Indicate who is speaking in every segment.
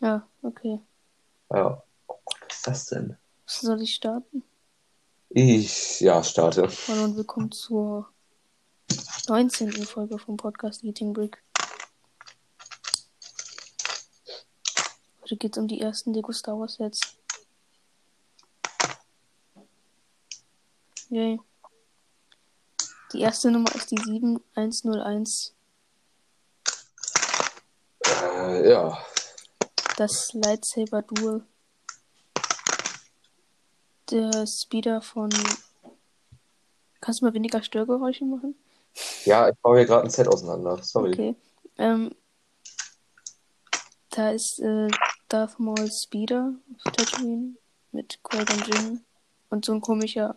Speaker 1: Ja, okay.
Speaker 2: Ja. Oh Gott, was ist das denn?
Speaker 1: Soll ich starten?
Speaker 2: Ich, ja, starte.
Speaker 1: Hallo und willkommen zur 19. Folge vom Podcast Eating Brick. Heute geht es um die ersten Lego Star Wars Sets. Yay. Die erste Nummer ist die 7101.
Speaker 2: Äh, ja.
Speaker 1: Das Lightsaber Duel. Der Speeder von. Kannst du mal weniger Störgeräusche machen?
Speaker 2: Ja, ich baue hier gerade ein Set auseinander. Sorry.
Speaker 1: Okay. Ähm, da ist äh, Darth Maul Speeder auf Tatooine mit Qui-Gon Jinn und so ein komischer,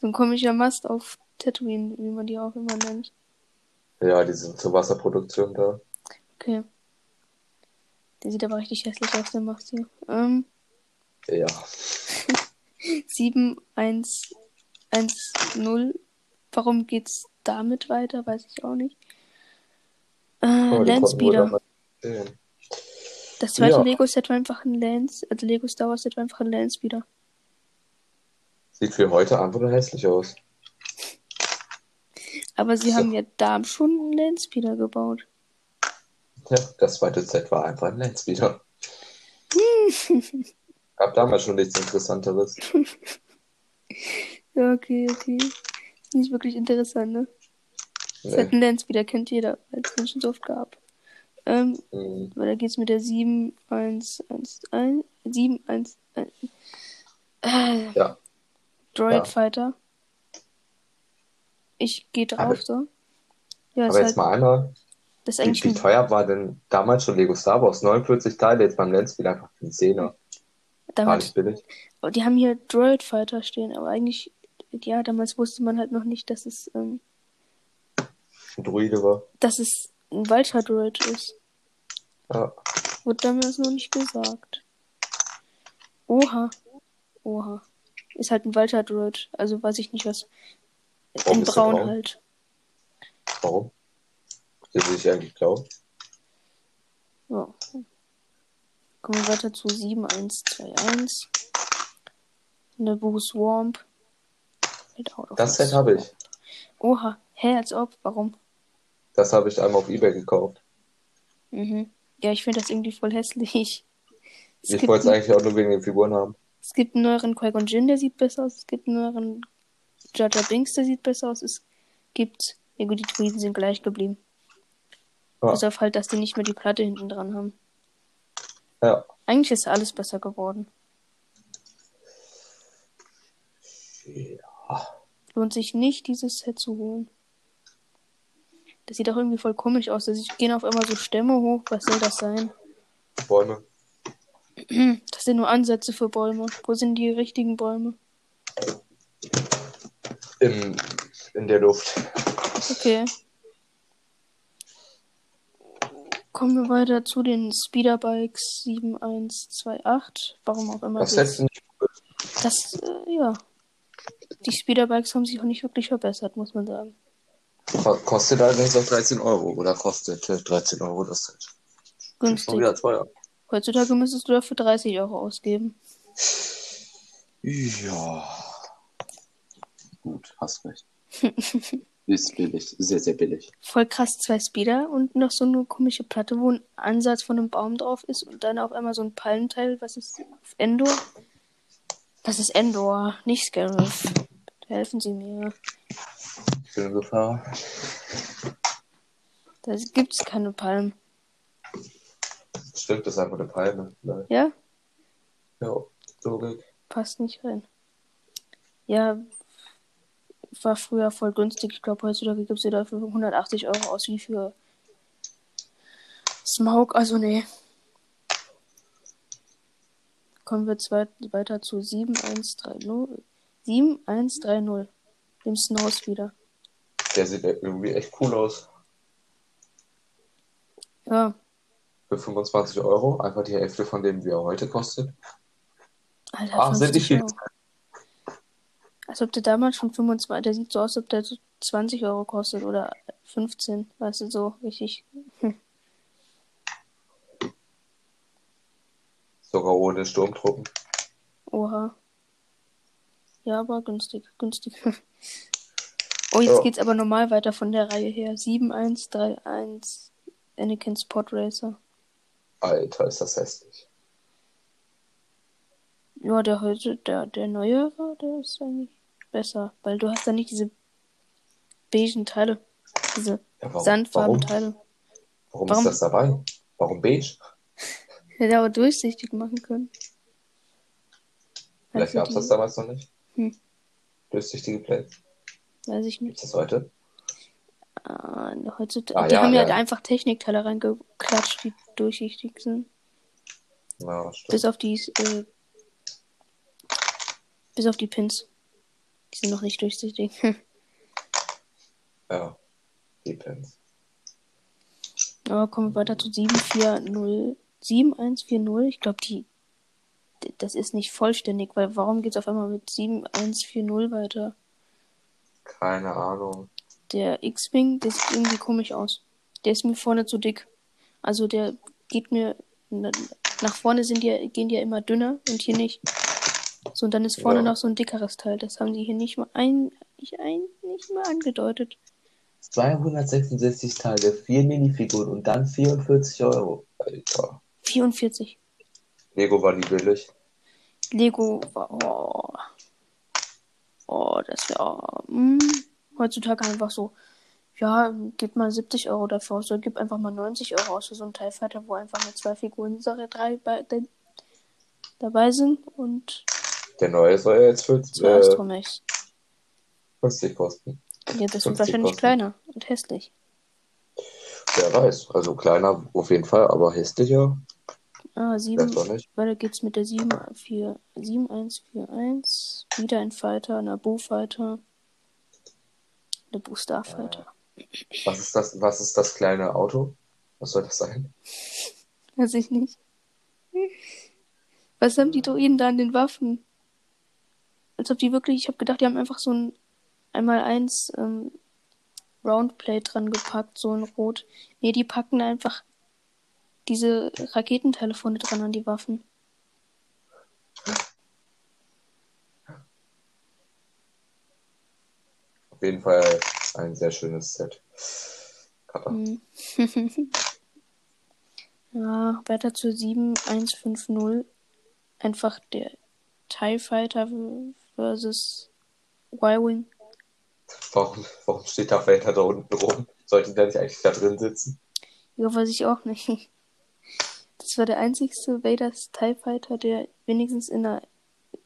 Speaker 1: so ein komischer Mast auf Tatooine, wie man die auch immer nennt.
Speaker 2: Ja, die sind zur Wasserproduktion da.
Speaker 1: Okay. Der sieht aber richtig hässlich aus, der Mast hier. Ähm,
Speaker 2: Ja.
Speaker 1: 7110. Warum geht's damit weiter? Weiß ich auch nicht. Äh,
Speaker 2: Aber die
Speaker 1: Land
Speaker 2: konnten wohl
Speaker 1: Speeder.
Speaker 2: damals sehen.
Speaker 1: Das zweite
Speaker 2: Ja.
Speaker 1: Lego-Set war einfach ein Lance, also Lego Star Wars-Set war einfach ein Lance wieder.
Speaker 2: Sieht für heute einfach nur hässlich aus.
Speaker 1: Aber sie
Speaker 2: So.
Speaker 1: haben ja da schon einen Lance wieder gebaut.
Speaker 2: Ja, das zweite Set war einfach ein Lenz wieder. Gab damals schon nichts Interessanteres.
Speaker 1: Ja, okay, okay. Ist nicht wirklich interessant, ne? Das hat
Speaker 2: Nee.
Speaker 1: ein Lance wieder, kennt jeder, weil es den schon so oft gab. Ähm,
Speaker 2: Hm,
Speaker 1: aber da geht's mit der 7111, 711, äh,
Speaker 2: Ja.
Speaker 1: Droid
Speaker 2: Ja.
Speaker 1: Fighter. Ich gehe
Speaker 2: Aber-
Speaker 1: drauf, so. Ja, ist
Speaker 2: Aber jetzt
Speaker 1: halt,
Speaker 2: mal einmal,
Speaker 1: das ist
Speaker 2: wie,
Speaker 1: eigentlich
Speaker 2: wie
Speaker 1: ein
Speaker 2: teuer war denn damals schon Lego Star Wars? 49 Teile, jetzt beim Lenz wieder einfach ein Zehner. War
Speaker 1: damals
Speaker 2: nicht billig.
Speaker 1: Aber die haben hier Droid Fighter stehen, aber eigentlich, ja, damals wusste man halt noch nicht, dass es, ähm,
Speaker 2: Ein Druide war.
Speaker 1: dass es ein weiter Droid ist.
Speaker 2: Ja.
Speaker 1: Wurde damals noch nicht gesagt. Oha. Oha. Ist halt ein weiter Droid. Also weiß ich nicht was.
Speaker 2: Warum
Speaker 1: in
Speaker 2: ist der
Speaker 1: braun
Speaker 2: braun?
Speaker 1: halt.
Speaker 2: Warum? Das will ich eigentlich glauben.
Speaker 1: Ja. Kommen wir weiter zu 7121. Eine Bruce Wamp. Fällt auch noch
Speaker 2: Das
Speaker 1: was.
Speaker 2: Set habe ich.
Speaker 1: Oha. Hä, als ob. Warum?
Speaker 2: Das habe ich einmal auf Ebay gekauft.
Speaker 1: Mhm. Ja, ich finde das irgendwie voll hässlich. Es
Speaker 2: Ich
Speaker 1: gibt
Speaker 2: wollte es
Speaker 1: ein-
Speaker 2: eigentlich auch nur wegen den Figuren haben.
Speaker 1: Es gibt einen neueren Qui-Gon Jinn, der sieht besser aus. Es gibt einen neueren Jar Jar Binks, der sieht besser aus. Es gibt... Ja gut, die Druiden sind gleich geblieben.
Speaker 2: Ja.
Speaker 1: Bis auf halt, dass die nicht mehr die Platte hinten dran haben.
Speaker 2: Ja.
Speaker 1: Eigentlich ist alles besser geworden. Lohnt sich nicht, dieses Set zu holen. Das sieht auch irgendwie voll komisch aus. Da sieht- gehen auf einmal so Stämme hoch. Was soll das sein?
Speaker 2: Bäume.
Speaker 1: Das sind nur Ansätze für Bäume. Wo sind die richtigen Bäume?
Speaker 2: Im, in der Luft.
Speaker 1: Okay. Kommen wir weiter zu den Speederbikes 7128. Warum auch immer.
Speaker 2: Das
Speaker 1: die-
Speaker 2: Set finde ich
Speaker 1: das äh, ja. Die Speederbikes haben sich auch nicht wirklich verbessert, muss man sagen.
Speaker 2: Ko- Kostet halt allerdings auch 13 Euro oder kostet 13 Euro das Set. Schon
Speaker 1: Günstig.
Speaker 2: wieder teuer.
Speaker 1: Heutzutage müsstest du dafür 30 Euro ausgeben.
Speaker 2: Ja. Gut, hast recht. Ist billig, sehr, sehr billig.
Speaker 1: Voll krass, zwei Speeder und noch so eine komische Platte, wo ein Ansatz von einem Baum drauf ist und dann auf einmal so ein Palmenteil. Was ist auf Endor? Das ist Endor, nicht Scarif. Helfen Sie mir.
Speaker 2: Ich bin in Gefahr.
Speaker 1: Da gibt's keine Palmen.
Speaker 2: Stimmt, das ist einfach eine Palme. Nein.
Speaker 1: Ja?
Speaker 2: Ja, Logik.
Speaker 1: Passt nicht rein. Ja, war früher voll günstig. Ich glaube, heutzutage gibst du dafür 180 Euro aus wie für Smaug. Also, nee. Kommen wir zweit, weiter zu 7130. 7130. Dem Snows wieder.
Speaker 2: Der sieht irgendwie echt cool aus.
Speaker 1: Ja,
Speaker 2: Für 25 Euro, einfach die Hälfte von dem, wie er heute kostet.
Speaker 1: Alter,
Speaker 2: Ah, sind die
Speaker 1: 50
Speaker 2: viel?
Speaker 1: Euro. Als ob der damals schon 25, der sieht so aus, als ob der so 20 Euro kostet oder 15, weißt du, so richtig. Hm.
Speaker 2: Sogar ohne Sturmtruppen.
Speaker 1: Oha. Ja, aber günstig, günstig. Oh, jetzt
Speaker 2: Ja.
Speaker 1: geht's aber normal weiter von der Reihe her. 7131 Anakin Spot Racer.
Speaker 2: Alter, ist das hässlich.
Speaker 1: Ja, der heute, der, der neuere, der ist eigentlich besser, weil du hast da nicht diese beigen Teile, diese
Speaker 2: Ja, warum,
Speaker 1: sandfarben
Speaker 2: warum,
Speaker 1: Teile.
Speaker 2: warum,
Speaker 1: warum-
Speaker 2: ist das dabei? Warum beige?
Speaker 1: Hätte aber durchsichtig machen können.
Speaker 2: Vielleicht gab es das
Speaker 1: die-
Speaker 2: damals noch nicht.
Speaker 1: Hm.
Speaker 2: Durchsichtige Plates.
Speaker 1: Weiß ich
Speaker 2: Gibt
Speaker 1: nicht.
Speaker 2: es das heute?
Speaker 1: Ah, heutzutage.
Speaker 2: Ah,
Speaker 1: die
Speaker 2: ja,
Speaker 1: haben ja
Speaker 2: ja.
Speaker 1: einfach Technikteile reingeklatscht, die durchsichtig sind.
Speaker 2: Ja, stimmt.
Speaker 1: Bis auf die, äh, bis auf die Pins. Die sind noch nicht durchsichtig.
Speaker 2: Ja. Die Pins.
Speaker 1: Aber kommen wir weiter zu 740, 7140. Ich glaube, die, d- das ist nicht vollständig, weil warum geht's auf einmal mit 7140 weiter?
Speaker 2: Keine Ahnung.
Speaker 1: Der X-Wing, der sieht irgendwie komisch aus. Der ist mir vorne zu dick. Also der geht mir, na- nach vorne sind die, gehen die ja immer dünner und hier nicht. So, und dann ist vorne
Speaker 2: Ja.
Speaker 1: noch so ein dickeres Teil. Das haben die hier nicht mal ein, nicht ein, nicht mal angedeutet.
Speaker 2: 266 Teile, 4 Minifiguren und dann 44 Euro. Alter.
Speaker 1: 44.
Speaker 2: Lego war die billig.
Speaker 1: Lego war. Oh, oh das wäre. Oh, mm, heutzutage einfach so. Ja, gib mal 70 Euro dafür aus, oder gib einfach mal 90 Euro aus für so einen TIE Fighter, wo einfach nur zwei Figuren, sorry, drei bei, de, dabei sind und
Speaker 2: Der neue soll ja jetzt 40,
Speaker 1: zwei
Speaker 2: äh,
Speaker 1: Astromechs.
Speaker 2: 50 kosten.
Speaker 1: Ja, das wird
Speaker 2: 50
Speaker 1: wahrscheinlich
Speaker 2: kosten.
Speaker 1: kleiner und hässlich.
Speaker 2: Wer weiß. Also kleiner auf jeden Fall, aber hässlicher.
Speaker 1: Ah,
Speaker 2: Vielleicht
Speaker 1: 7.
Speaker 2: doch nicht.
Speaker 1: Weiter geht's mit der 7-4 7141. Wieder ein Fighter, eine Bo-Fighter. Eine Booster-Fighter.
Speaker 2: Was ist das, was ist das kleine Auto? Was soll das sein?
Speaker 1: Weiß ich nicht. Was haben die Droiden da an den Waffen? Als ob die wirklich, ich habe gedacht, die haben einfach so ein einmal eins ähm, Roundplate dran gepackt, so in Rot. Nee, die packen einfach diese Raketenteile vorne dran an die Waffen.
Speaker 2: Auf jeden Fall ein sehr schönes Set. Kappa.
Speaker 1: Hm. ja, weiter zu 7150. Einfach der TIE Fighter versus Y-Wing.
Speaker 2: Warum, warum steht der Vader da unten rum? Sollte der nicht eigentlich da drin sitzen?
Speaker 1: Ja, weiß ich auch nicht. Das war der einzigste Vaders TIE Fighter, der wenigstens in einer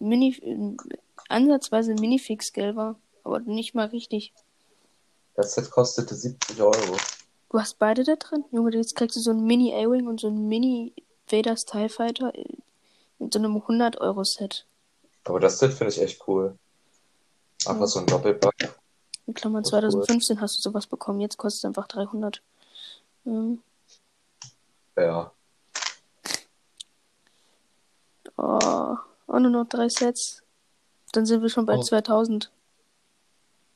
Speaker 1: Mini in- ansatzweise Minifix-Gel war. Aber nicht mal richtig.
Speaker 2: Das Set kostete 70 Euro.
Speaker 1: Du hast beide da drin? Junge, jetzt kriegst du so einen Mini-A-Wing und so einen Mini-Vaders TIE Fighter in so einem 100-Euro-Set.
Speaker 2: Aber das Set finde ich echt cool. Einfach
Speaker 1: Ja.
Speaker 2: so ein Doppelpack.
Speaker 1: In Klammern
Speaker 2: Das ist cool.
Speaker 1: 2015 hast du sowas bekommen, jetzt kostet es einfach 300. Ähm,
Speaker 2: Ja.
Speaker 1: oh, oh, nur noch drei Sets. Dann sind wir schon bei
Speaker 2: Oh.
Speaker 1: 2000.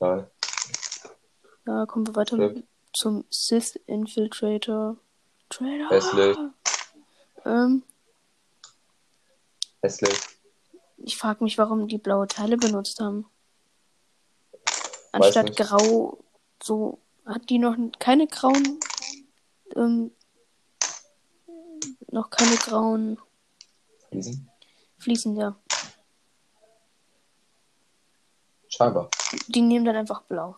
Speaker 2: ja.
Speaker 1: Ja, kommen wir weiter
Speaker 2: Stimmt.
Speaker 1: zum Sith Infiltrator. Trader.
Speaker 2: Hässlich.
Speaker 1: Ähm,
Speaker 2: Hässlich.
Speaker 1: ich frage mich, warum die blaue Teile benutzt haben.
Speaker 2: Weiß
Speaker 1: Anstatt
Speaker 2: nicht.
Speaker 1: grau, so hat die noch keine grauen, ähm, noch keine grauen
Speaker 2: Fliesen?
Speaker 1: Fliesen, ja.
Speaker 2: Scheinbar.
Speaker 1: Die nehmen dann einfach blau.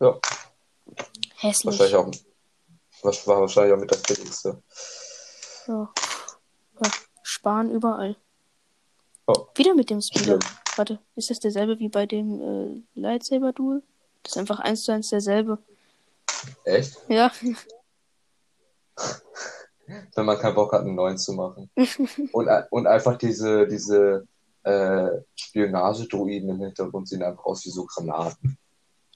Speaker 2: Ja.
Speaker 1: Hässlich.
Speaker 2: Wahrscheinlich auch. Das war wahrscheinlich auch mit das billigste.
Speaker 1: Ja. Ja. Sparen überall.
Speaker 2: Oh.
Speaker 1: Wieder mit dem Speeder.
Speaker 2: Stimmt.
Speaker 1: Warte, ist das derselbe wie bei dem äh, Lightsaber-Duel? Das ist einfach eins zu eins derselbe.
Speaker 2: Echt?
Speaker 1: Ja,
Speaker 2: Wenn man keinen Bock hat, einen neuen zu machen. und, ein- und einfach diese, diese äh, Spionagedruiden im Hintergrund sehen einfach aus wie so Granaten.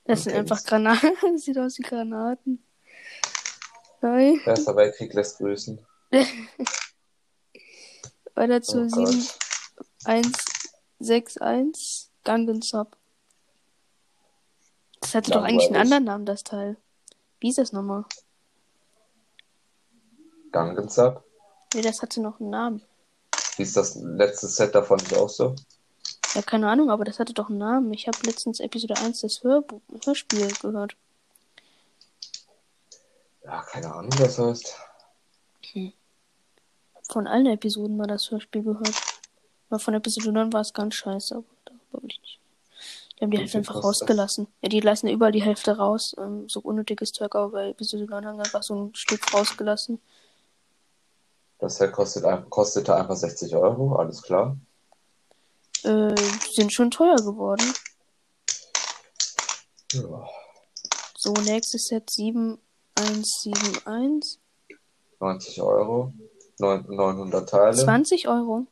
Speaker 1: das sind
Speaker 2: Okay,
Speaker 1: einfach
Speaker 2: das-
Speaker 1: Granaten. Das sieht aus wie Granaten. Nein.
Speaker 2: Erster Weltkrieg lässt grüßen.
Speaker 1: Weiter
Speaker 2: Oh
Speaker 1: zu
Speaker 2: Gott.
Speaker 1: 7161 Gangen Sub. Das hatte doch eigentlich einen
Speaker 2: Langweilig.
Speaker 1: anderen Namen, das Teil. Wie ist das nochmal?
Speaker 2: Gangens ab.
Speaker 1: Nee, das hatte noch einen Namen.
Speaker 2: Wie ist das letzte Set davon nicht auch so?
Speaker 1: Ja, keine Ahnung, aber das hatte doch einen Namen. Ich habe letztens Episode 1 des Hörbu Hörspiel gehört.
Speaker 2: Ja, keine Ahnung, wie das heißt.
Speaker 1: Von allen Episoden mal das Hörspiel gehört. Weil von Episode 9 war es ganz scheiße, aber darüber will ich nicht. Die haben die
Speaker 2: Wie
Speaker 1: Hälfte
Speaker 2: viel
Speaker 1: einfach
Speaker 2: kostet das?
Speaker 1: rausgelassen. Ja, die lassen ja überall die Hälfte raus. Ähm, so unnötiges Zeug, aber bei Episode 9 haben sie einfach so ein Stück rausgelassen.
Speaker 2: Das Set kostet, ein- kostete einfach 60 Euro, alles klar.
Speaker 1: Äh, die sind schon teuer geworden.
Speaker 2: Ja.
Speaker 1: So, nächstes Set 7171.
Speaker 2: 90 Euro, neun- 900 Teile.
Speaker 1: 20 Euro.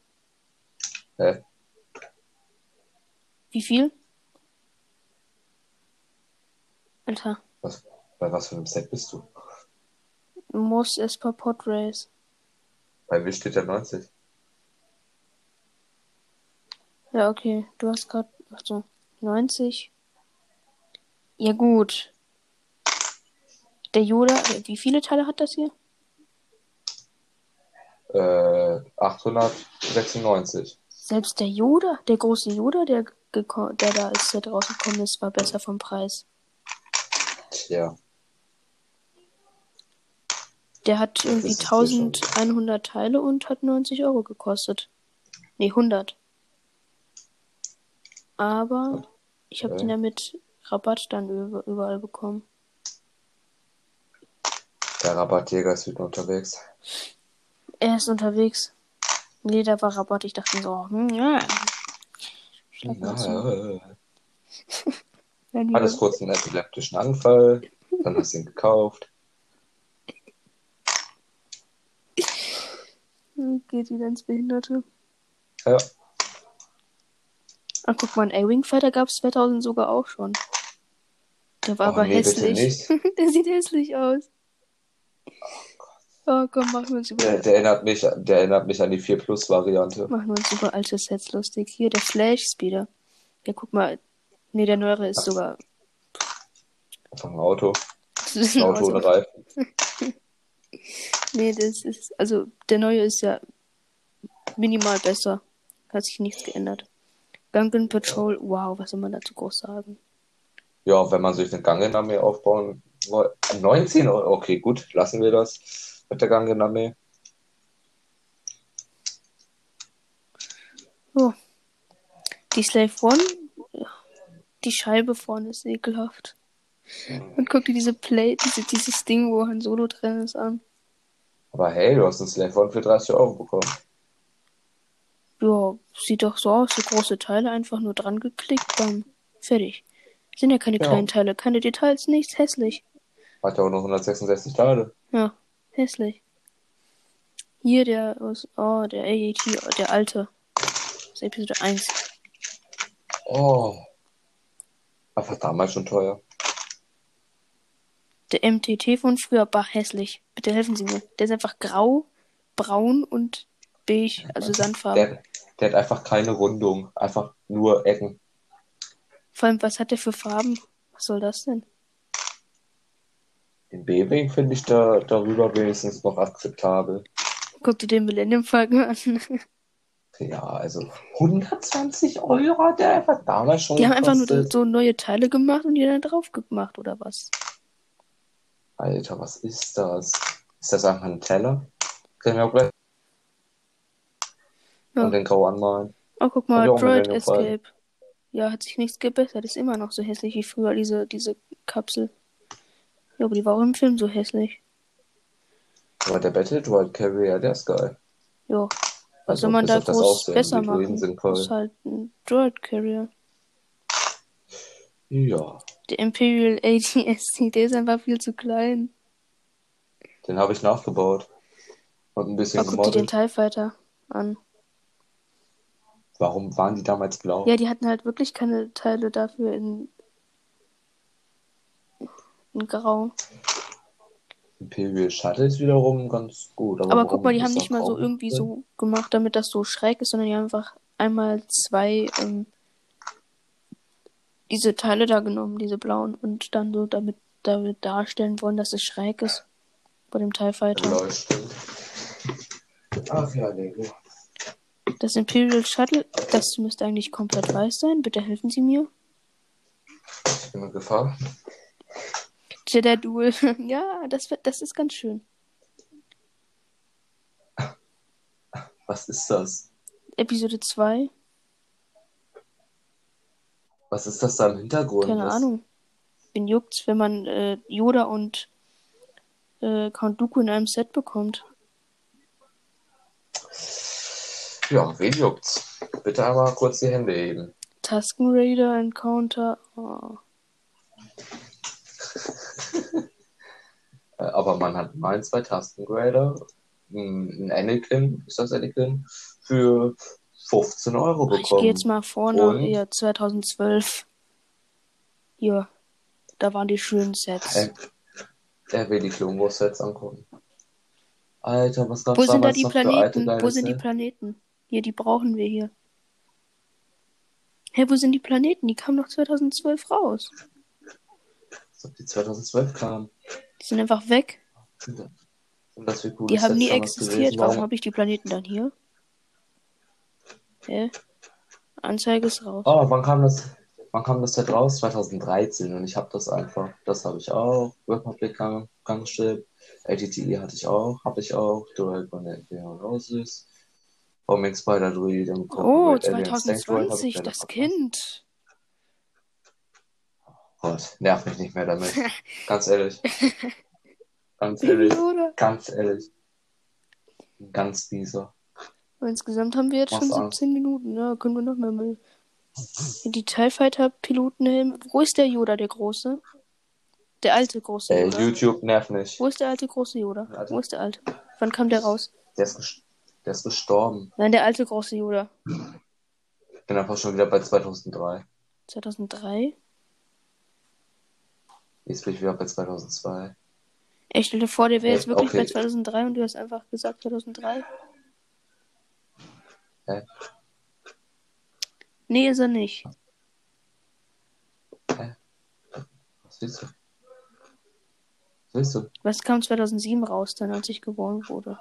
Speaker 2: Hä?
Speaker 1: Wie viel? Alter,
Speaker 2: Was, bei was für einem Set bist du?
Speaker 1: muss es per Podrace.
Speaker 2: Bei mir steht ja 90.
Speaker 1: Ja, okay. Du hast gerade. Ach so. 90. Ja, gut. Der Yoda. äh, Wie viele Teile hat das hier?
Speaker 2: Äh, 896.
Speaker 1: Selbst der Yoda, der große Yoda, der, geko- der da ist, der rausgekommen ist, war besser vom Preis.
Speaker 2: Tja,
Speaker 1: Der hat irgendwie
Speaker 2: ist inzwischen-
Speaker 1: 1100 Teile und hat 90 Euro gekostet. Nee, 100. Aber ich habe
Speaker 2: Okay.
Speaker 1: den ja mit Rabatt dann über- überall bekommen.
Speaker 2: der Rabattjäger ist wieder unterwegs.
Speaker 1: Er ist unterwegs. Nee, da war Rabatt. Ich dachte mir so, hm, ja. Schlag mal zu.
Speaker 2: Ja.
Speaker 1: Wenn wir-
Speaker 2: Hattest kurz einen epileptischen Anfall, dann hast du ihn gekauft.
Speaker 1: Hm, Geht wieder ins Behinderte.
Speaker 2: Ja,
Speaker 1: Ach, guck mal, einen A-Wing Fighter gab es 2000 sogar auch schon. Der war
Speaker 2: Oh,
Speaker 1: aber
Speaker 2: nee, bitte
Speaker 1: hässlich. Der sieht hässlich aus. Oh, komm, machen wir uns über.
Speaker 2: der, der, erinnert mich, der erinnert mich an die 4 Plus Variante.
Speaker 1: Machen wir uns über alte Sets lustig. Hier, der Flash Speeder. Ja, guck mal. Nee, der neuere ist sogar.
Speaker 2: Einfach ein Auto,
Speaker 1: Das ist
Speaker 2: ein
Speaker 1: ein
Speaker 2: Auto
Speaker 1: Auto.
Speaker 2: ohne Reifen.
Speaker 1: Nee, das ist. Also, der neue ist ja minimal besser. Hat sich nichts geändert. Gungan Patrol, wow, was soll man dazu groß sagen?
Speaker 2: Ja, wenn man sich eine Gangenarmee aufbauen wollte. 19 Euro, okay, gut, lassen wir das mit der Gangenarmee.
Speaker 1: Oh. Die Slave One, die Scheibe vorne ist ekelhaft. Und guck dir diese Play, diese, dieses Ding, wo Han Solo drin ist, an.
Speaker 2: Aber hey, du hast einen Slave One für 30 Euro bekommen.
Speaker 1: Ja, sieht doch so aus. So große Teile einfach nur dran geklickt, bam. Fertig. Sind ja keine
Speaker 2: Ja.
Speaker 1: kleinen Teile, keine Details, nichts. Hässlich.
Speaker 2: Hat ja auch nur 166 Teile.
Speaker 1: Ja, hässlich. Hier der aus, oh, der AAT, der alte. Aus Episode 1.
Speaker 2: Oh. Einfach damals schon teuer.
Speaker 1: Der MTT von früher, bah, hässlich. Bitte helfen Sie mir. Der ist einfach grau, braun und beige, also Sandfarben.
Speaker 2: Der, der hat einfach keine Rundung, einfach nur Ecken.
Speaker 1: Vor allem, was hat der für Farben? Was soll das denn?
Speaker 2: Den B-Wing finde ich da darüber wenigstens noch akzeptabel.
Speaker 1: Guck dir den Millennium Falcon an.
Speaker 2: Ja, also 120 Euro, der einfach damals schon
Speaker 1: Die haben einfach nur
Speaker 2: gekostet.
Speaker 1: so neue Teile gemacht und die dann drauf gemacht, oder was?
Speaker 2: Alter, was ist das? Ist das einfach ein Teller? Können wir auch gleich
Speaker 1: Ja.
Speaker 2: und den grau anmalen.
Speaker 1: Oh, guck mal,
Speaker 2: Hab ich auch
Speaker 1: Droid
Speaker 2: Millennium Falcon.
Speaker 1: Escape. Ja, hat sich nichts gebessert. Ist immer noch so hässlich wie früher, diese, diese Kapsel. Ja, aber die war auch im Film so hässlich.
Speaker 2: Aber der Battle Droid Carrier, der ist geil.
Speaker 1: Ja, was
Speaker 2: Also,
Speaker 1: soll man
Speaker 2: bis
Speaker 1: da
Speaker 2: auf das
Speaker 1: groß
Speaker 2: Aussehen,
Speaker 1: besser
Speaker 2: die Droiden
Speaker 1: machen?
Speaker 2: sind cool.
Speaker 1: Ist halt ein Droid Carrier.
Speaker 2: Ja,
Speaker 1: Der Imperial ATST, der ist einfach viel zu klein.
Speaker 2: den habe ich nachgebaut. Und ein bisschen
Speaker 1: Aber guck dir den
Speaker 2: gemodelt.
Speaker 1: TIE Fighter an.
Speaker 2: Warum waren die damals blau?
Speaker 1: Ja, die hatten halt wirklich keine Teile dafür in, in Grau.
Speaker 2: Imperial Shuttle ist wiederum ganz gut.
Speaker 1: Aber
Speaker 2: warum
Speaker 1: guck mal, die haben
Speaker 2: ist da
Speaker 1: nicht mal so
Speaker 2: grau
Speaker 1: irgendwie
Speaker 2: drin?
Speaker 1: so gemacht, damit das so schräg ist, sondern die haben einfach einmal zwei ähm, diese Teile da genommen, diese blauen, und dann so damit, damit darstellen wollen, dass es schräg ist.
Speaker 2: Genau.
Speaker 1: Bei dem TIE Fighter.
Speaker 2: Ah, Leuchten. Ach ja, Lego.
Speaker 1: Das Imperial Shuttle, das müsste eigentlich komplett weiß sein. Bitte helfen Sie mir.
Speaker 2: Ich bin in Gefahr.
Speaker 1: Jedi Duel. ja, das, wird- das ist ganz schön.
Speaker 2: Was ist das?
Speaker 1: Episode 2.
Speaker 2: Was ist das da im Hintergrund?
Speaker 1: Keine
Speaker 2: das,
Speaker 1: Ahnung. Bin juckt's, wenn man äh, Yoda und äh, Count Dooku in einem Set bekommt.
Speaker 2: Ja, wen juckt's? Bitte einmal kurz die Hände heben.
Speaker 1: Tusken Raider Encounter. Oh.
Speaker 2: Äh, Aber man hat mal zwei Tastengrader, ein ein Anakin, ist das Anakin, für 15 Euro
Speaker 1: Ach, Ich gehe
Speaker 2: bekommen.
Speaker 1: jetzt mal vorne.
Speaker 2: Und?
Speaker 1: Ja, 2012. Ja, da waren die schönen Sets.
Speaker 2: er, er Äh, will die Clone Wars Sets angucken. Alter, was gab's
Speaker 1: Wo sind da
Speaker 2: damals
Speaker 1: die
Speaker 2: noch für alte
Speaker 1: Planeten?
Speaker 2: geile
Speaker 1: Wo sind die
Speaker 2: Sets?
Speaker 1: Planeten? Hier, die brauchen wir hier. Hä, wo sind die Planeten? Die kamen doch 2012 raus.
Speaker 2: Als ob die 2012 kamen.
Speaker 1: Die sind einfach weg.
Speaker 2: Sind das- sind das für coole
Speaker 1: Die haben
Speaker 2: Sets
Speaker 1: nie
Speaker 2: damals
Speaker 1: existiert.
Speaker 2: gewesen?
Speaker 1: Warum
Speaker 2: Warum-
Speaker 1: habe ich die Planeten dann hier? Hä? Anzeige ist raus.
Speaker 2: Oh, wann kam das? Wann kam das Set raus? 2013 und ich habe das einfach. Das habe ich auch. Republic Gun- Gunship, LTTE E hatte ich auch, habe ich auch. Dragon Diagnosis, Homing Spider Druid und
Speaker 1: Oh,
Speaker 2: Corporate Alien Sanctuary hab
Speaker 1: 2020,
Speaker 2: ich leider
Speaker 1: das
Speaker 2: verpasst.
Speaker 1: Kind.
Speaker 2: Oh Gott, nerv mich nicht mehr damit. Ganz ehrlich. Ganz ehrlich.
Speaker 1: Oder?
Speaker 2: Ganz ehrlich. Ganz dieser.
Speaker 1: Insgesamt haben wir jetzt schon
Speaker 2: Mach's an.
Speaker 1: 17 Minuten. Ja, können wir noch mehr mal. Die E TIE Fighter Pilotenhelm. Wo ist der Yoda, der große? Der alte große
Speaker 2: Ey,
Speaker 1: Yoda.
Speaker 2: YouTube nerv nicht.
Speaker 1: Wo ist der alte große Yoda?
Speaker 2: Äh, Der alte-
Speaker 1: Wo ist der alte? Wann kam der raus?
Speaker 2: Der ist, ges- der ist gestorben.
Speaker 1: Nein, der alte große Yoda.
Speaker 2: Ich bin einfach schon wieder bei 2003.
Speaker 1: 2003?
Speaker 2: Jetzt bin ich wieder bei 2002.
Speaker 1: Ich stell dir vor, der wäre
Speaker 2: Äh,
Speaker 1: jetzt wirklich bei
Speaker 2: okay.
Speaker 1: 2003 und du hast einfach gesagt 2003.
Speaker 2: Hä?
Speaker 1: Nee, ist er nicht.
Speaker 2: Was willst du? Was willst du?
Speaker 1: Was kam 2007 raus, dann als ich geboren wurde?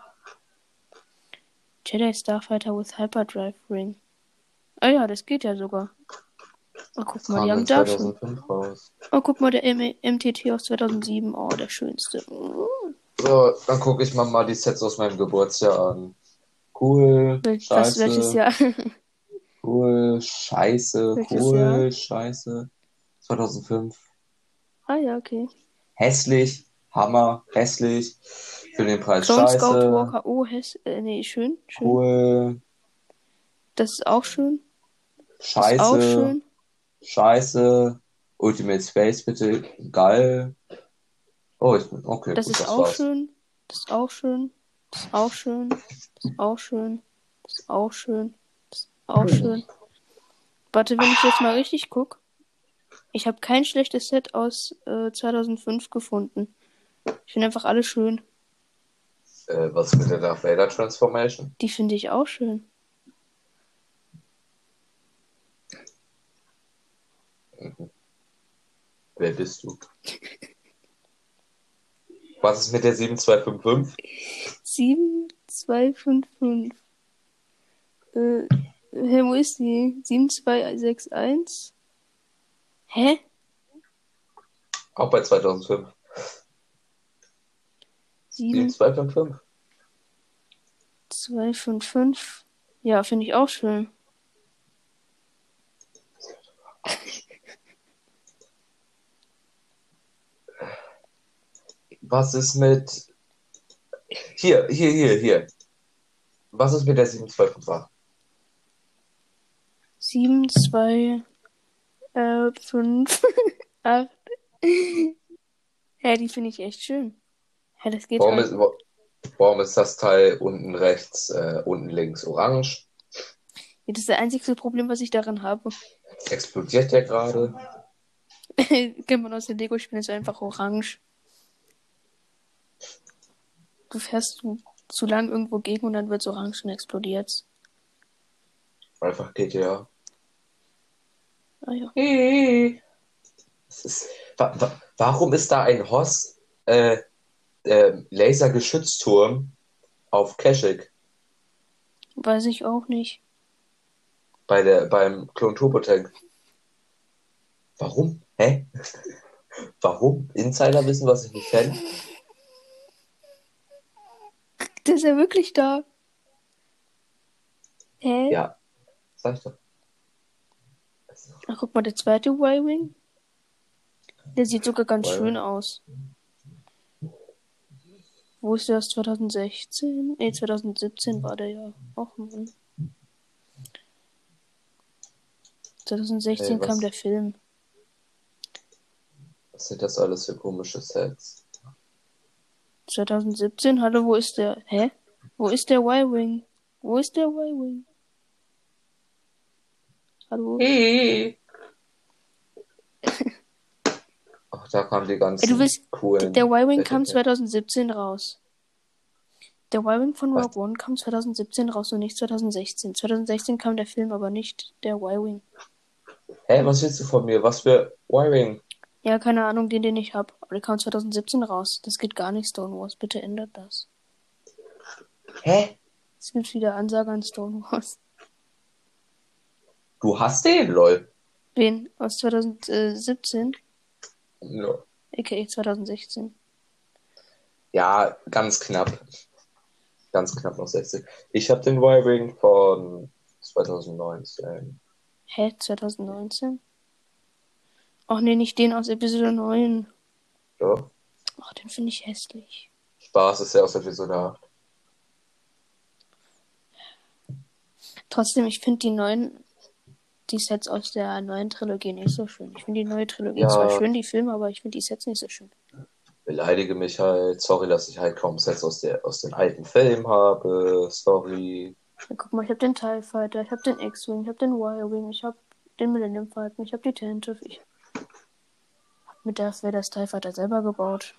Speaker 1: Jedi Starfighter with Hyperdrive Ring. Ah ja, das geht ja sogar. Oh, guck mal,
Speaker 2: Kam
Speaker 1: die haben
Speaker 2: in
Speaker 1: da schon.
Speaker 2: 2005 raus.
Speaker 1: Oh, guck mal, der M MTT aus 2007. Oh, der schönste. Mm.
Speaker 2: So, dann gucke ich mir mal die Sets aus meinem Geburtsjahr an. Cool,
Speaker 1: Was,
Speaker 2: scheiße,
Speaker 1: welches Jahr?
Speaker 2: cool, scheiße,
Speaker 1: Welches
Speaker 2: cool,
Speaker 1: Jahr?
Speaker 2: scheiße. 2005.
Speaker 1: ah ja, okay.
Speaker 2: Hässlich, Hammer, hässlich. Für den Preis
Speaker 1: Clone
Speaker 2: scheiße.
Speaker 1: Scout Walker. Oh, häss äh, nee, schön. schön.
Speaker 2: Cool,
Speaker 1: Das ist auch schön. Das ist auch
Speaker 2: scheiße,
Speaker 1: schön.
Speaker 2: scheiße. Ultimate Space, bitte, geil. Oh, ich bin, okay,
Speaker 1: Das
Speaker 2: gut,
Speaker 1: ist
Speaker 2: das
Speaker 1: auch
Speaker 2: war's.
Speaker 1: schön. Das ist auch schön. Das ist auch schön. Das ist auch schön. Das ist auch schön. Das ist auch
Speaker 2: Hm.
Speaker 1: schön. Warte, wenn ich jetzt mal richtig guck. Ich habe kein schlechtes Set aus äh, 2005 gefunden. Ich finde einfach alle schön.
Speaker 2: Äh, was mit der Darth Vader Transformation?
Speaker 1: Die finde ich auch schön.
Speaker 2: Wer bist du? Was ist mit der 7255?
Speaker 1: 7255. Äh, hä, wo ist die? 7261? Hä?
Speaker 2: Auch bei 2005.
Speaker 1: 7.
Speaker 2: 7255?
Speaker 1: 2 von 5. Ja, finde ich auch schön.
Speaker 2: Was ist mit. Hier, hier, hier, hier. Was ist mit der 7258?
Speaker 1: 7, 2, äh, 5, 8. Hä, die finde ich echt schön. Hä, das geht
Speaker 2: Warum
Speaker 1: halt.
Speaker 2: ist, wa- warum ist das Teil unten rechts, äh, unten links orange?
Speaker 1: Ja, Das ist das einzige Problem, was ich daran habe.
Speaker 2: Explodiert der gerade?
Speaker 1: Kennt man aus den Lego-Spielen, ist einfach orange. Du fährst zu, zu lang irgendwo gegen und dann wird's orange und explodiert's.
Speaker 2: Einfach GTA.
Speaker 1: Ah ja.
Speaker 2: Das ist, wa, wa, warum ist da ein Hoss äh, ähm, Lasergeschützturm auf Kashyyyk?
Speaker 1: Weiß ich auch nicht.
Speaker 2: Bei der, beim Klon Turbotank. Warum? Hä? Warum? Insider wissen, was ich nicht kenne?
Speaker 1: Der ist ja wirklich da. Hä?
Speaker 2: Ja. Sag ich doch.
Speaker 1: Ach, guck mal, der zweite Y-Wing. Der sieht sogar ganz
Speaker 2: Y-Wing.
Speaker 1: schön aus. Wo ist der aus 2016? Ne, 2017 war der ja. Och, Mann. 2016
Speaker 2: Ey, was-
Speaker 1: kam der Film.
Speaker 2: Was sind das alles für komische Sets?
Speaker 1: 2017? Hallo, wo ist der? Hä? Wo ist der Y-Wing? Wo ist der Y-Wing? Hallo?
Speaker 2: Hey. Ach, da kamen die ganzen
Speaker 1: Ey, du willst-
Speaker 2: coolen.
Speaker 1: Der Y-Wing kam
Speaker 2: Welche-
Speaker 1: 2017 raus. Der Y-Wing von
Speaker 2: Was?
Speaker 1: Rogue One kam 2017 raus und nicht 2016. 2016 kam der Film, aber nicht der Y-Wing.
Speaker 2: Hä, was willst du von mir? Was für Wiring?
Speaker 1: Ja, keine Ahnung, den, den ich hab. Aber der kam 2017 raus. Das geht gar nicht, Stonewalls. Bitte ändert das.
Speaker 2: Hä?
Speaker 1: Es gibt wieder Ansage an Stonewalls.
Speaker 2: Du hast den, lol.
Speaker 1: Wen? Aus 2017?
Speaker 2: No.
Speaker 1: AKA 2016.
Speaker 2: Ja, ganz knapp. Ganz knapp noch 60. Ich habe den Wiring von 2019.
Speaker 1: Hä? 2019? Ach nee, nicht den aus Episode 9.
Speaker 2: Doch.
Speaker 1: Ach, den finde ich hässlich.
Speaker 2: Spaß ist ja aus der Episode 8.
Speaker 1: Trotzdem, ich finde die neuen, die Sets aus der neuen Trilogie nicht so schön. Ich finde die neue Trilogie
Speaker 2: Ja.
Speaker 1: zwar schön, die Filme, aber ich finde die Sets nicht so schön.
Speaker 2: Beleidige mich halt. Sorry, dass ich halt kaum Sets aus, der, aus den alten Filmen habe. Sorry.
Speaker 1: Ja, guck mal, ich habe den TIE Fighter, ich habe den X-Wing, ich habe den Y-Wing, ich habe den Millennium Falcon, ich habe die Tantive, ich hab mit Darth Vader's TIE Fighter selber gebaut.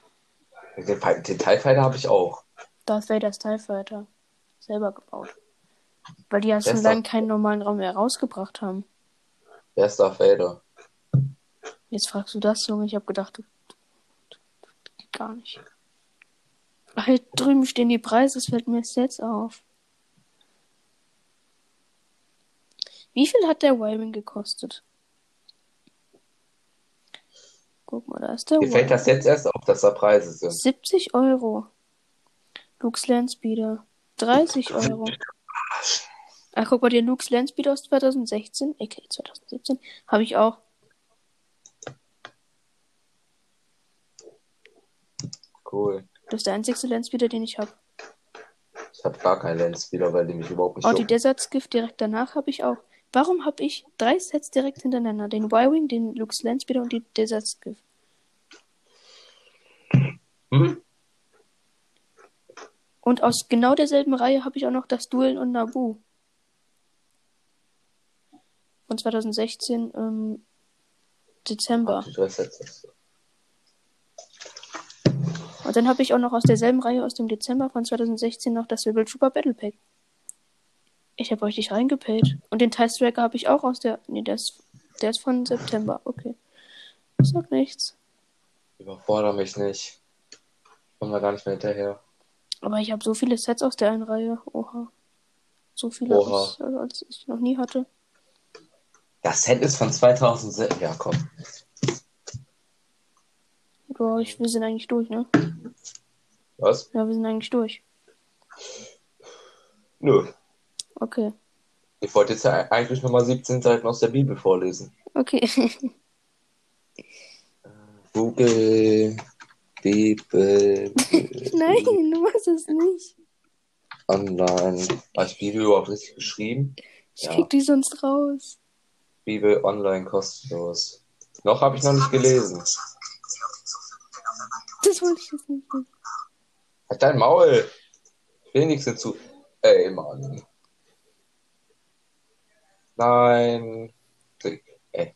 Speaker 2: Den, Fi- den TIE Fighter habe ich auch.
Speaker 1: Darth Vader's TIE Fighter selber gebaut. Weil die ja schon
Speaker 2: Besser.
Speaker 1: lange keinen normalen Raum mehr rausgebracht haben.
Speaker 2: Wer ist Darth Vader?
Speaker 1: Jetzt fragst du das, Junge. Ich habe gedacht, du, du- du- geht gar nicht. Ach, hier drüben stehen die Preise. Das fällt mir erst jetzt auf. Wie viel hat der Wyoming gekostet? Guck mal, da ist der
Speaker 2: Mir fällt das
Speaker 1: Wyoming.
Speaker 2: jetzt erst auf, dass da Preise sind.
Speaker 1: 70 Euro. Luke's Landspeeder. 30 Euro. Ach, guck mal, den Luke's Landspeeder aus 2016. Okay, 2017. Habe ich auch.
Speaker 2: Cool.
Speaker 1: Das ist der einzigste Landspeeder, den ich habe.
Speaker 2: Ich habe gar keinen Lens wieder, weil die mich überhaupt nicht
Speaker 1: Oh, die
Speaker 2: jucken.
Speaker 1: Desert Skiff direkt danach habe ich auch. Warum habe ich drei Sets direkt hintereinander? Den Y-Wing, den Luke's Landspeeder und die Desert Skiff.
Speaker 2: Hm?
Speaker 1: Und aus genau derselben Reihe habe ich auch noch das Duel und Naboo. Von 2016, ähm, Dezember.
Speaker 2: Die drei Sets.
Speaker 1: Und dann habe ich auch noch aus derselben Reihe aus dem Dezember von 2016 noch das Rebel Trooper Battle Pack. Ich habe richtig reingepayt. Und den TIE Striker habe ich auch aus der. Nee, der ist, der ist von September. Okay. Sagt nichts.
Speaker 2: Überfordere mich nicht. Kommen wir gar nicht mehr hinterher.
Speaker 1: Aber ich habe so viele Sets aus der einen Reihe. Oha. So viele,
Speaker 2: Oha.
Speaker 1: Als, äh, als ich noch nie hatte.
Speaker 2: Das Set ist von 2006. Ja, komm.
Speaker 1: Boah, ich, wir sind eigentlich durch, ne?
Speaker 2: Was?
Speaker 1: Ja, wir sind eigentlich durch.
Speaker 2: Nö.
Speaker 1: Okay.
Speaker 2: Ich wollte jetzt ja e-, eigentlich nochmal 17 Seiten aus der Bibel vorlesen.
Speaker 1: Okay.
Speaker 2: Google, Bibel,
Speaker 1: Nein, du machst es nicht.
Speaker 2: online. Habe ich Bibel überhaupt richtig geschrieben?
Speaker 1: Ich
Speaker 2: Ja.
Speaker 1: krieg die sonst raus.
Speaker 2: Bibel online kostenlos. Noch habe ich noch nicht gelesen.
Speaker 1: Das wollte ich jetzt nicht.
Speaker 2: Halt dein Maul! Ich will nichts hinzu. Ey, Mann. Nein. Ey.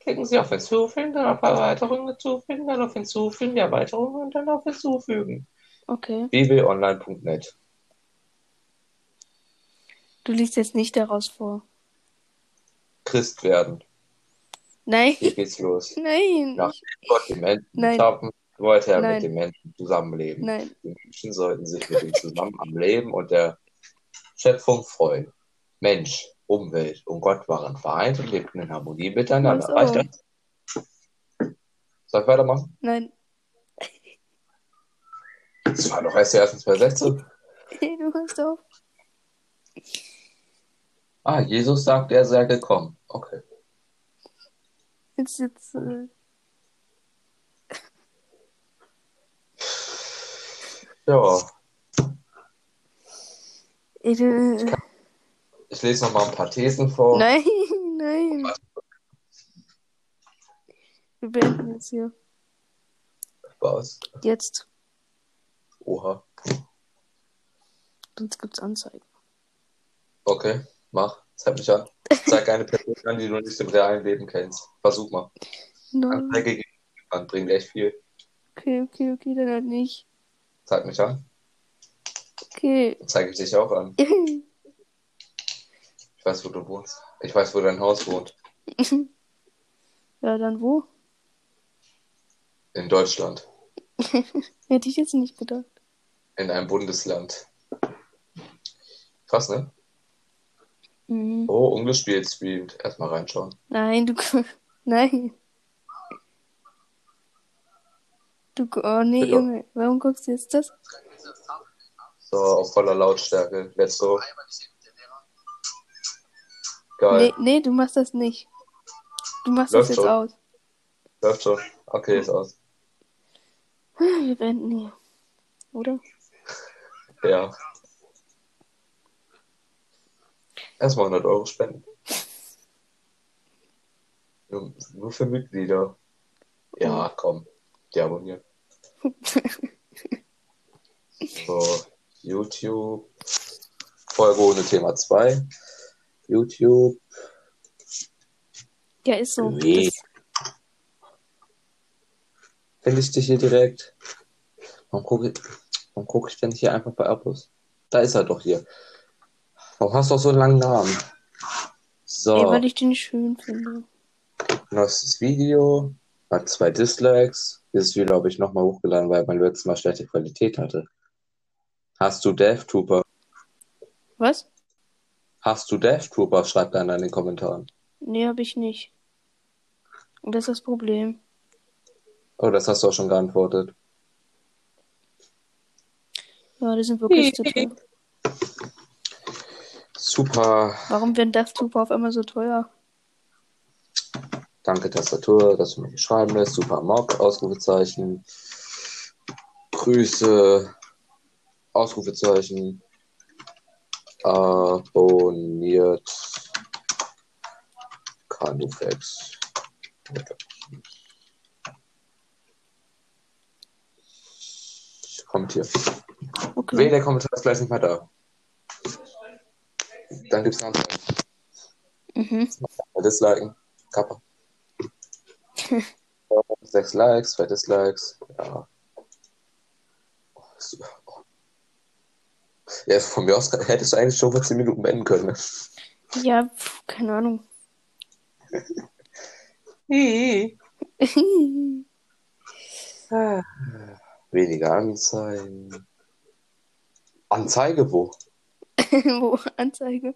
Speaker 2: Klicken Sie auf Hinzufügen, dann auf Erweiterung hinzufügen, dann auf Hinzufügen, die Erweiterung und dann auf Hinzufügen.
Speaker 1: Okay.
Speaker 2: bbonline.net.
Speaker 1: Du liest jetzt nicht daraus vor.
Speaker 2: Christ werden.
Speaker 1: Nein.
Speaker 2: Hier geht's los.
Speaker 1: Nein.
Speaker 2: Ja. Gott den Menschen
Speaker 1: Nein.
Speaker 2: schaffen, wollte er
Speaker 1: Nein.
Speaker 2: mit den Menschen zusammenleben.
Speaker 1: Nein.
Speaker 2: Die Menschen sollten sich mit ihm zusammen am Leben und der Schöpfung, Freud, Mensch, Umwelt und Gott waren vereint und lebten in Harmonie miteinander.
Speaker 1: Ach so.
Speaker 2: Reicht das? Soll ich weitermachen?
Speaker 1: Nein.
Speaker 2: Das war doch erst die ersten zwei Sätze.
Speaker 1: du hörst auf.
Speaker 2: Ah, Jesus sagt, er sei gekommen. Okay.
Speaker 1: Jetzt, jetzt, äh,
Speaker 2: Ja,
Speaker 1: ich, äh,
Speaker 2: ich lese noch mal ein paar Thesen vor.
Speaker 1: nein, nein. Wir beenden jetzt hier.
Speaker 2: Was?
Speaker 1: Jetzt.
Speaker 2: Oha.
Speaker 1: Sonst gibt's Anzeigen.
Speaker 2: Okay, mach. Zeig mich an. Zeig eine Person an, die du nicht im realen Leben kennst. Versuch mal.
Speaker 1: Nein.
Speaker 2: Anzeige gegen jemanden bringt echt viel.
Speaker 1: Okay, okay, okay, dann halt nicht.
Speaker 2: Zeig mich an.
Speaker 1: Okay.
Speaker 2: Zeige ich dich auch an. Ich weiß, wo du wohnst. Ich weiß, wo dein Haus wohnt.
Speaker 1: Ja, dann wo?
Speaker 2: In Deutschland.
Speaker 1: Hätte ich jetzt nicht gedacht.
Speaker 2: In einem Bundesland. Krass, ne?
Speaker 1: Mhm.
Speaker 2: Oh, ungespielt streamt. Erstmal reinschauen.
Speaker 1: Nein, du. Nein. Du. Oh nee,
Speaker 2: Bitte.
Speaker 1: Junge. Warum guckst du jetzt das?
Speaker 2: So, auf voller Lautstärke. Let's go. Geil.
Speaker 1: Nee, nee, du machst das nicht. Du machst
Speaker 2: Läuft
Speaker 1: das jetzt
Speaker 2: schon.
Speaker 1: aus.
Speaker 2: Läuft schon. Okay, ist aus.
Speaker 1: Wir beenden hier. Oder?
Speaker 2: Ja. Erstmal 100 Euro spenden. Nur, nur für Mitglieder. Ja, komm. Die abonnieren. So, YouTube. Folge ohne Thema 2. YouTube.
Speaker 1: Ja, ist so.
Speaker 2: Nee.
Speaker 1: Das-
Speaker 2: Finde ich dich hier direkt. Warum gucke ich, warum guck ich denn hier einfach bei Abos? Da ist er doch hier. Warum hast du auch so einen langen Namen? So.
Speaker 1: Ey, weil ich den schön finde.
Speaker 2: neuestes Video, hat zwei Dislikes. Dieses Video habe ich nochmal hochgeladen, weil mein letztes Mal schlechte Qualität hatte. Hast du Death Trooper?
Speaker 1: Was?
Speaker 2: Hast du Death Trooper? Schreibt einer in den Kommentaren.
Speaker 1: Nee, hab ich nicht. Und das ist das Problem.
Speaker 2: Oh, das hast du auch schon geantwortet.
Speaker 1: Ja, die sind wirklich zu teuer.
Speaker 2: Super.
Speaker 1: Warum werden Death Trooper auf einmal so teuer?
Speaker 2: Danke, Tastatur, dass du mir hier schreiben lässt. Super Mock, Ausrufezeichen. Grüße, Ausrufezeichen. Abonniert. Kanuflex. Kommt hier.
Speaker 1: Okay.
Speaker 2: Weh, der Kommentar ist gleich nicht mehr da. Dann gibt's noch ein
Speaker 1: Mhm.
Speaker 2: Disliken. Kappa. Sechs Likes, zwei Dislikes. Ja. Oh, Ja, von mir aus hättest du eigentlich schon vor 10 Minuten beenden können. ne?
Speaker 1: Ja, pf, keine Ahnung.
Speaker 2: Weniger Anzeigen. Anzeige wo?
Speaker 1: Wo? Anzeige.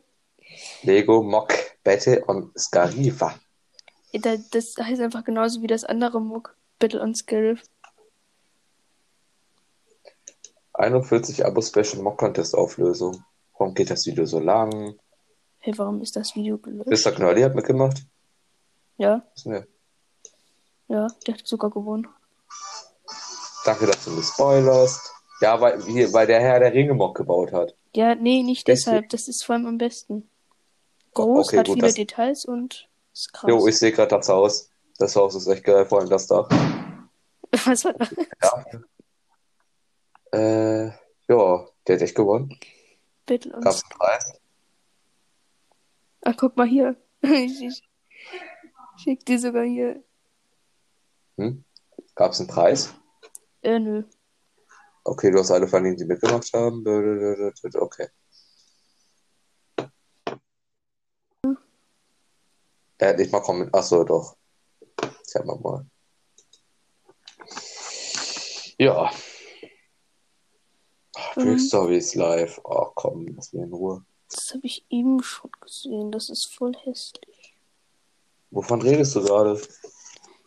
Speaker 2: Lego Mock Battle on Scarifa.
Speaker 1: Ey, da- Das heißt einfach genauso wie das andere Muck. Battle on Skill.
Speaker 2: 41 Abo Special Mock Contest Auflösung. Warum geht das Video so lang?
Speaker 1: Hey, warum ist das Video gelöscht?
Speaker 2: Mr. Knolli hat mitgemacht.
Speaker 1: Ja,
Speaker 2: Ist mir-
Speaker 1: ja, der hat sogar gewonnen.
Speaker 2: Danke, dass du mich spoilerst. Ja, weil, hier, weil der Herr der Ringe Mock gebaut hat.
Speaker 1: Ja, nee, nicht
Speaker 2: Deswegen-
Speaker 1: deshalb. Das ist vor allem am besten. Groß,
Speaker 2: Oh, Okay,
Speaker 1: hat
Speaker 2: gut,
Speaker 1: viele
Speaker 2: das-
Speaker 1: Details und ist krass.
Speaker 2: Jo, ich sehe gerade das Haus. Das Haus ist echt geil, vor allem das Dach.
Speaker 1: Was hat
Speaker 2: Äh, ja, der hat echt gewonnen.
Speaker 1: Battle on
Speaker 2: Gab's
Speaker 1: Skill?
Speaker 2: einen Preis?
Speaker 1: Ah, guck mal hier. Ich, ich schick dir sogar hier.
Speaker 2: Hm? Gab's einen Preis?
Speaker 1: Äh, nö.
Speaker 2: Okay, du hast alle verdient, die mitgemacht haben. Blablabla, Okay. Er hat nicht mal kommen. Achso, doch. Ich hab noch mal. Ja. Ach,
Speaker 1: Mhm.
Speaker 2: Drake Story ist live. Oh komm, lass mich in Ruhe.
Speaker 1: Das habe ich eben schon gesehen. Das ist voll hässlich.
Speaker 2: Wovon redest du gerade?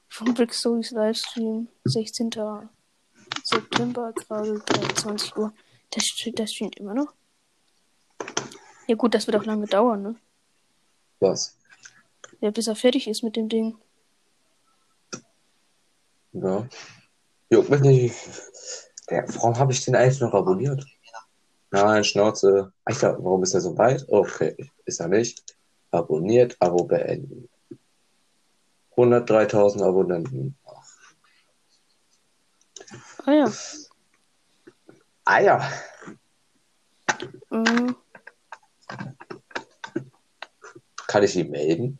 Speaker 1: Von Brick Stories Livestream, 16. September, gerade 23 Uhr. Das, st- das streamt immer noch. Ja gut, das wird auch lange dauern, ne?
Speaker 2: Was?
Speaker 1: Ja, bis er fertig ist mit dem Ding.
Speaker 2: Ja. Juckt mich nicht. Der, warum habe ich den eigentlich noch abonniert? Nein, Schnauze. Alter, warum ist er so weit? Okay, ist er nicht. Abonniert, Abo beenden. 103.000 Abonnenten.
Speaker 1: Ah ja.
Speaker 2: Ah ja.
Speaker 1: Mhm.
Speaker 2: Kann ich ihn melden?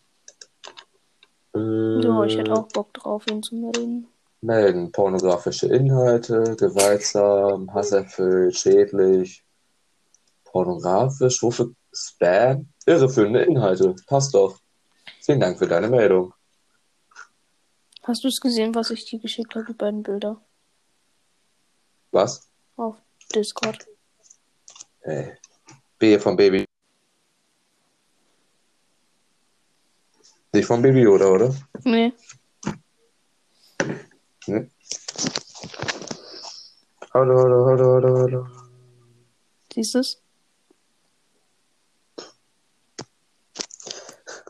Speaker 2: Äh,
Speaker 1: Ja, ich hätte auch Bock drauf, ihn zu melden.
Speaker 2: Melden. Pornografische Inhalte, gewaltsam, hasserfüllt, schädlich. Pornografisch, wofür Spam? Irreführende Inhalte. Passt doch. Vielen Dank für deine Meldung.
Speaker 1: Hast du es gesehen, was ich dir geschickt habe, die beiden Bilder?
Speaker 2: Was?
Speaker 1: Auf Discord.
Speaker 2: Ey. B von Baby. Nicht von Baby, oder, oder?
Speaker 1: Nee.
Speaker 2: Ne? Hallo, hallo, hallo, hallo, hallo.
Speaker 1: Siehst du's?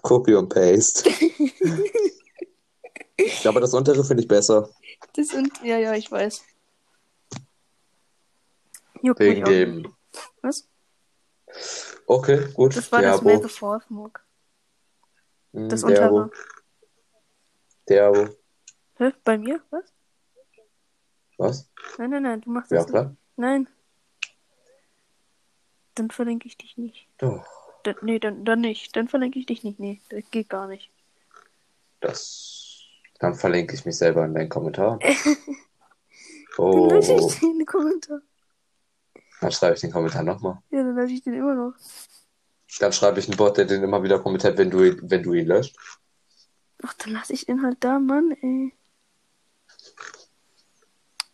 Speaker 2: Copy und Paste. Aber das untere finde ich besser.
Speaker 1: Das sind. Ja, ja, ich weiß. Juckt
Speaker 2: Wegen
Speaker 1: mich auch.
Speaker 2: dem.
Speaker 1: Was?
Speaker 2: Okay, gut.
Speaker 1: Das war das Melke Forfmog.
Speaker 2: Hm,
Speaker 1: das
Speaker 2: Derbo.
Speaker 1: untere.
Speaker 2: Derbo.
Speaker 1: Hä? Bei mir? Was?
Speaker 2: Was?
Speaker 1: Nein, nein, nein, du machst
Speaker 2: Ja,
Speaker 1: das
Speaker 2: klar.
Speaker 1: nicht. Nein. Dann verlinke ich dich nicht.
Speaker 2: Doch.
Speaker 1: Dann, nee, dann, dann nicht. Dann verlinke ich dich nicht. Nee, das geht gar nicht.
Speaker 2: Das. Dann verlinke ich mich selber in deinen Kommentaren.
Speaker 1: Dann
Speaker 2: Oh.
Speaker 1: lösche ich den Kommentar.
Speaker 2: Dann schreibe ich den Kommentar nochmal.
Speaker 1: Ja, dann lösche ich den immer noch.
Speaker 2: Dann schreibe ich einen Bot, der den immer wieder kommentiert, wenn du, ihn- wenn du ihn löscht.
Speaker 1: Ach, dann lasse ich den halt da, Mann, ey.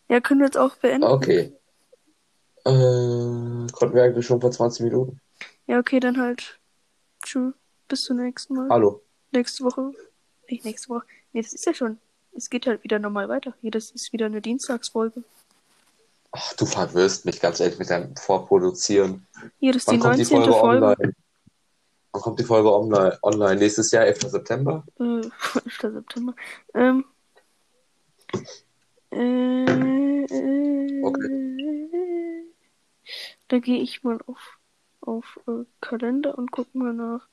Speaker 1: Ja, können wir jetzt auch beenden.
Speaker 2: Okay. Äh, konnten wir eigentlich schon vor 20 Minuten.
Speaker 1: Ja, okay, dann halt. Tschüss. Bis zum nächsten Mal.
Speaker 2: Hallo.
Speaker 1: Nächste Woche. Nicht nächste Woche. Nee, das ist ja schon. Es geht halt wieder normal weiter. Hier, das ist wieder eine Dienstagsfolge.
Speaker 2: Ach, du verwirrst mich ganz ehrlich mit deinem Vorproduzieren.
Speaker 1: Hier, das ist
Speaker 2: Wann
Speaker 1: die
Speaker 2: kommt
Speaker 1: 19.
Speaker 2: die Folge,
Speaker 1: Folge.
Speaker 2: online? Wann kommt die Folge online? online? Nächstes Jahr, 11. September?
Speaker 1: Äh, 1. September. Ähm. Äh, äh, Da gehe ich mal auf, auf äh, Kalender und guck mal nach.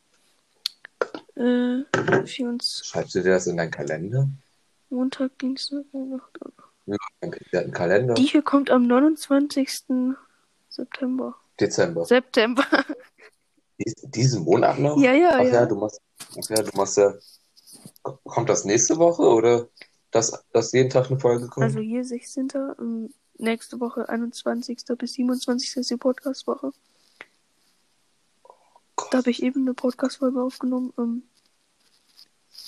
Speaker 1: Äh, 24.
Speaker 2: Schreibst du dir das in deinen Kalender?
Speaker 1: Montag, Dienstag, Nacht.
Speaker 2: Danke. Wir hatten einen Kalender.
Speaker 1: Die hier kommt am 29. September.
Speaker 2: Dezember.
Speaker 1: September.
Speaker 2: Dies, diesen Monat noch?
Speaker 1: Ja, ja,
Speaker 2: Ach ja,
Speaker 1: ja.
Speaker 2: du machst. Ach ja, du machst ja. Kommt das nächste Woche oder dass, dass jeden Tag eine Folge kommt?
Speaker 1: Also hier 16. ähm, Nächste Woche 21. bis 27. ist die Podcast-Woche. Da habe ich eben eine Podcast-Folge aufgenommen. Ähm,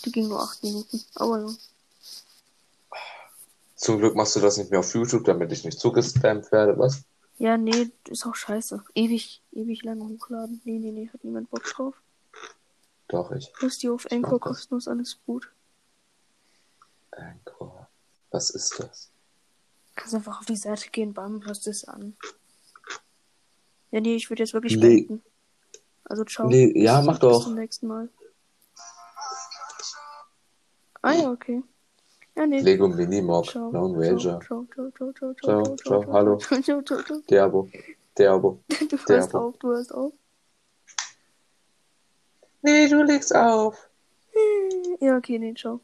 Speaker 1: die ging nur 8 Minuten. Aber ja.
Speaker 2: Zum Glück machst du das nicht mehr auf YouTube, damit ich nicht zugespammt werde. Was?
Speaker 1: Ja, nee, ist auch scheiße. Ewig, ewig lange hochladen. Nee, nee, nee, hat niemand Bock drauf.
Speaker 2: Doch, ich.
Speaker 1: Lass die auf Anchor
Speaker 2: mach das.
Speaker 1: kostenlos, alles gut.
Speaker 2: Anchor. Was ist das?
Speaker 1: Kannst einfach auf Also, die Seite gehen, bam, hörst es an. Ja, nee, ich würde jetzt wirklich
Speaker 2: Nee.
Speaker 1: beenden. Also, ciao.
Speaker 2: Nee, ja, mach
Speaker 1: Bis
Speaker 2: doch.
Speaker 1: zum nächsten Mal. Ah ja, okay. Ja, nee.
Speaker 2: Lego Minimog,
Speaker 1: Ciao.
Speaker 2: Lone
Speaker 1: Ciao,
Speaker 2: Ranger,
Speaker 1: ciao, ciao, ciao, ciao, ciao,
Speaker 2: Ciao, ciao,
Speaker 1: ciao,
Speaker 2: hallo.
Speaker 1: ciao, ciao, ciao, ciao.
Speaker 2: Derbo, Derbo.
Speaker 1: Du
Speaker 2: Der
Speaker 1: hörst
Speaker 2: Bo-
Speaker 1: auf, du hörst auf.
Speaker 2: Nee, du legst auf.
Speaker 1: Ja, okay, nee, ciao.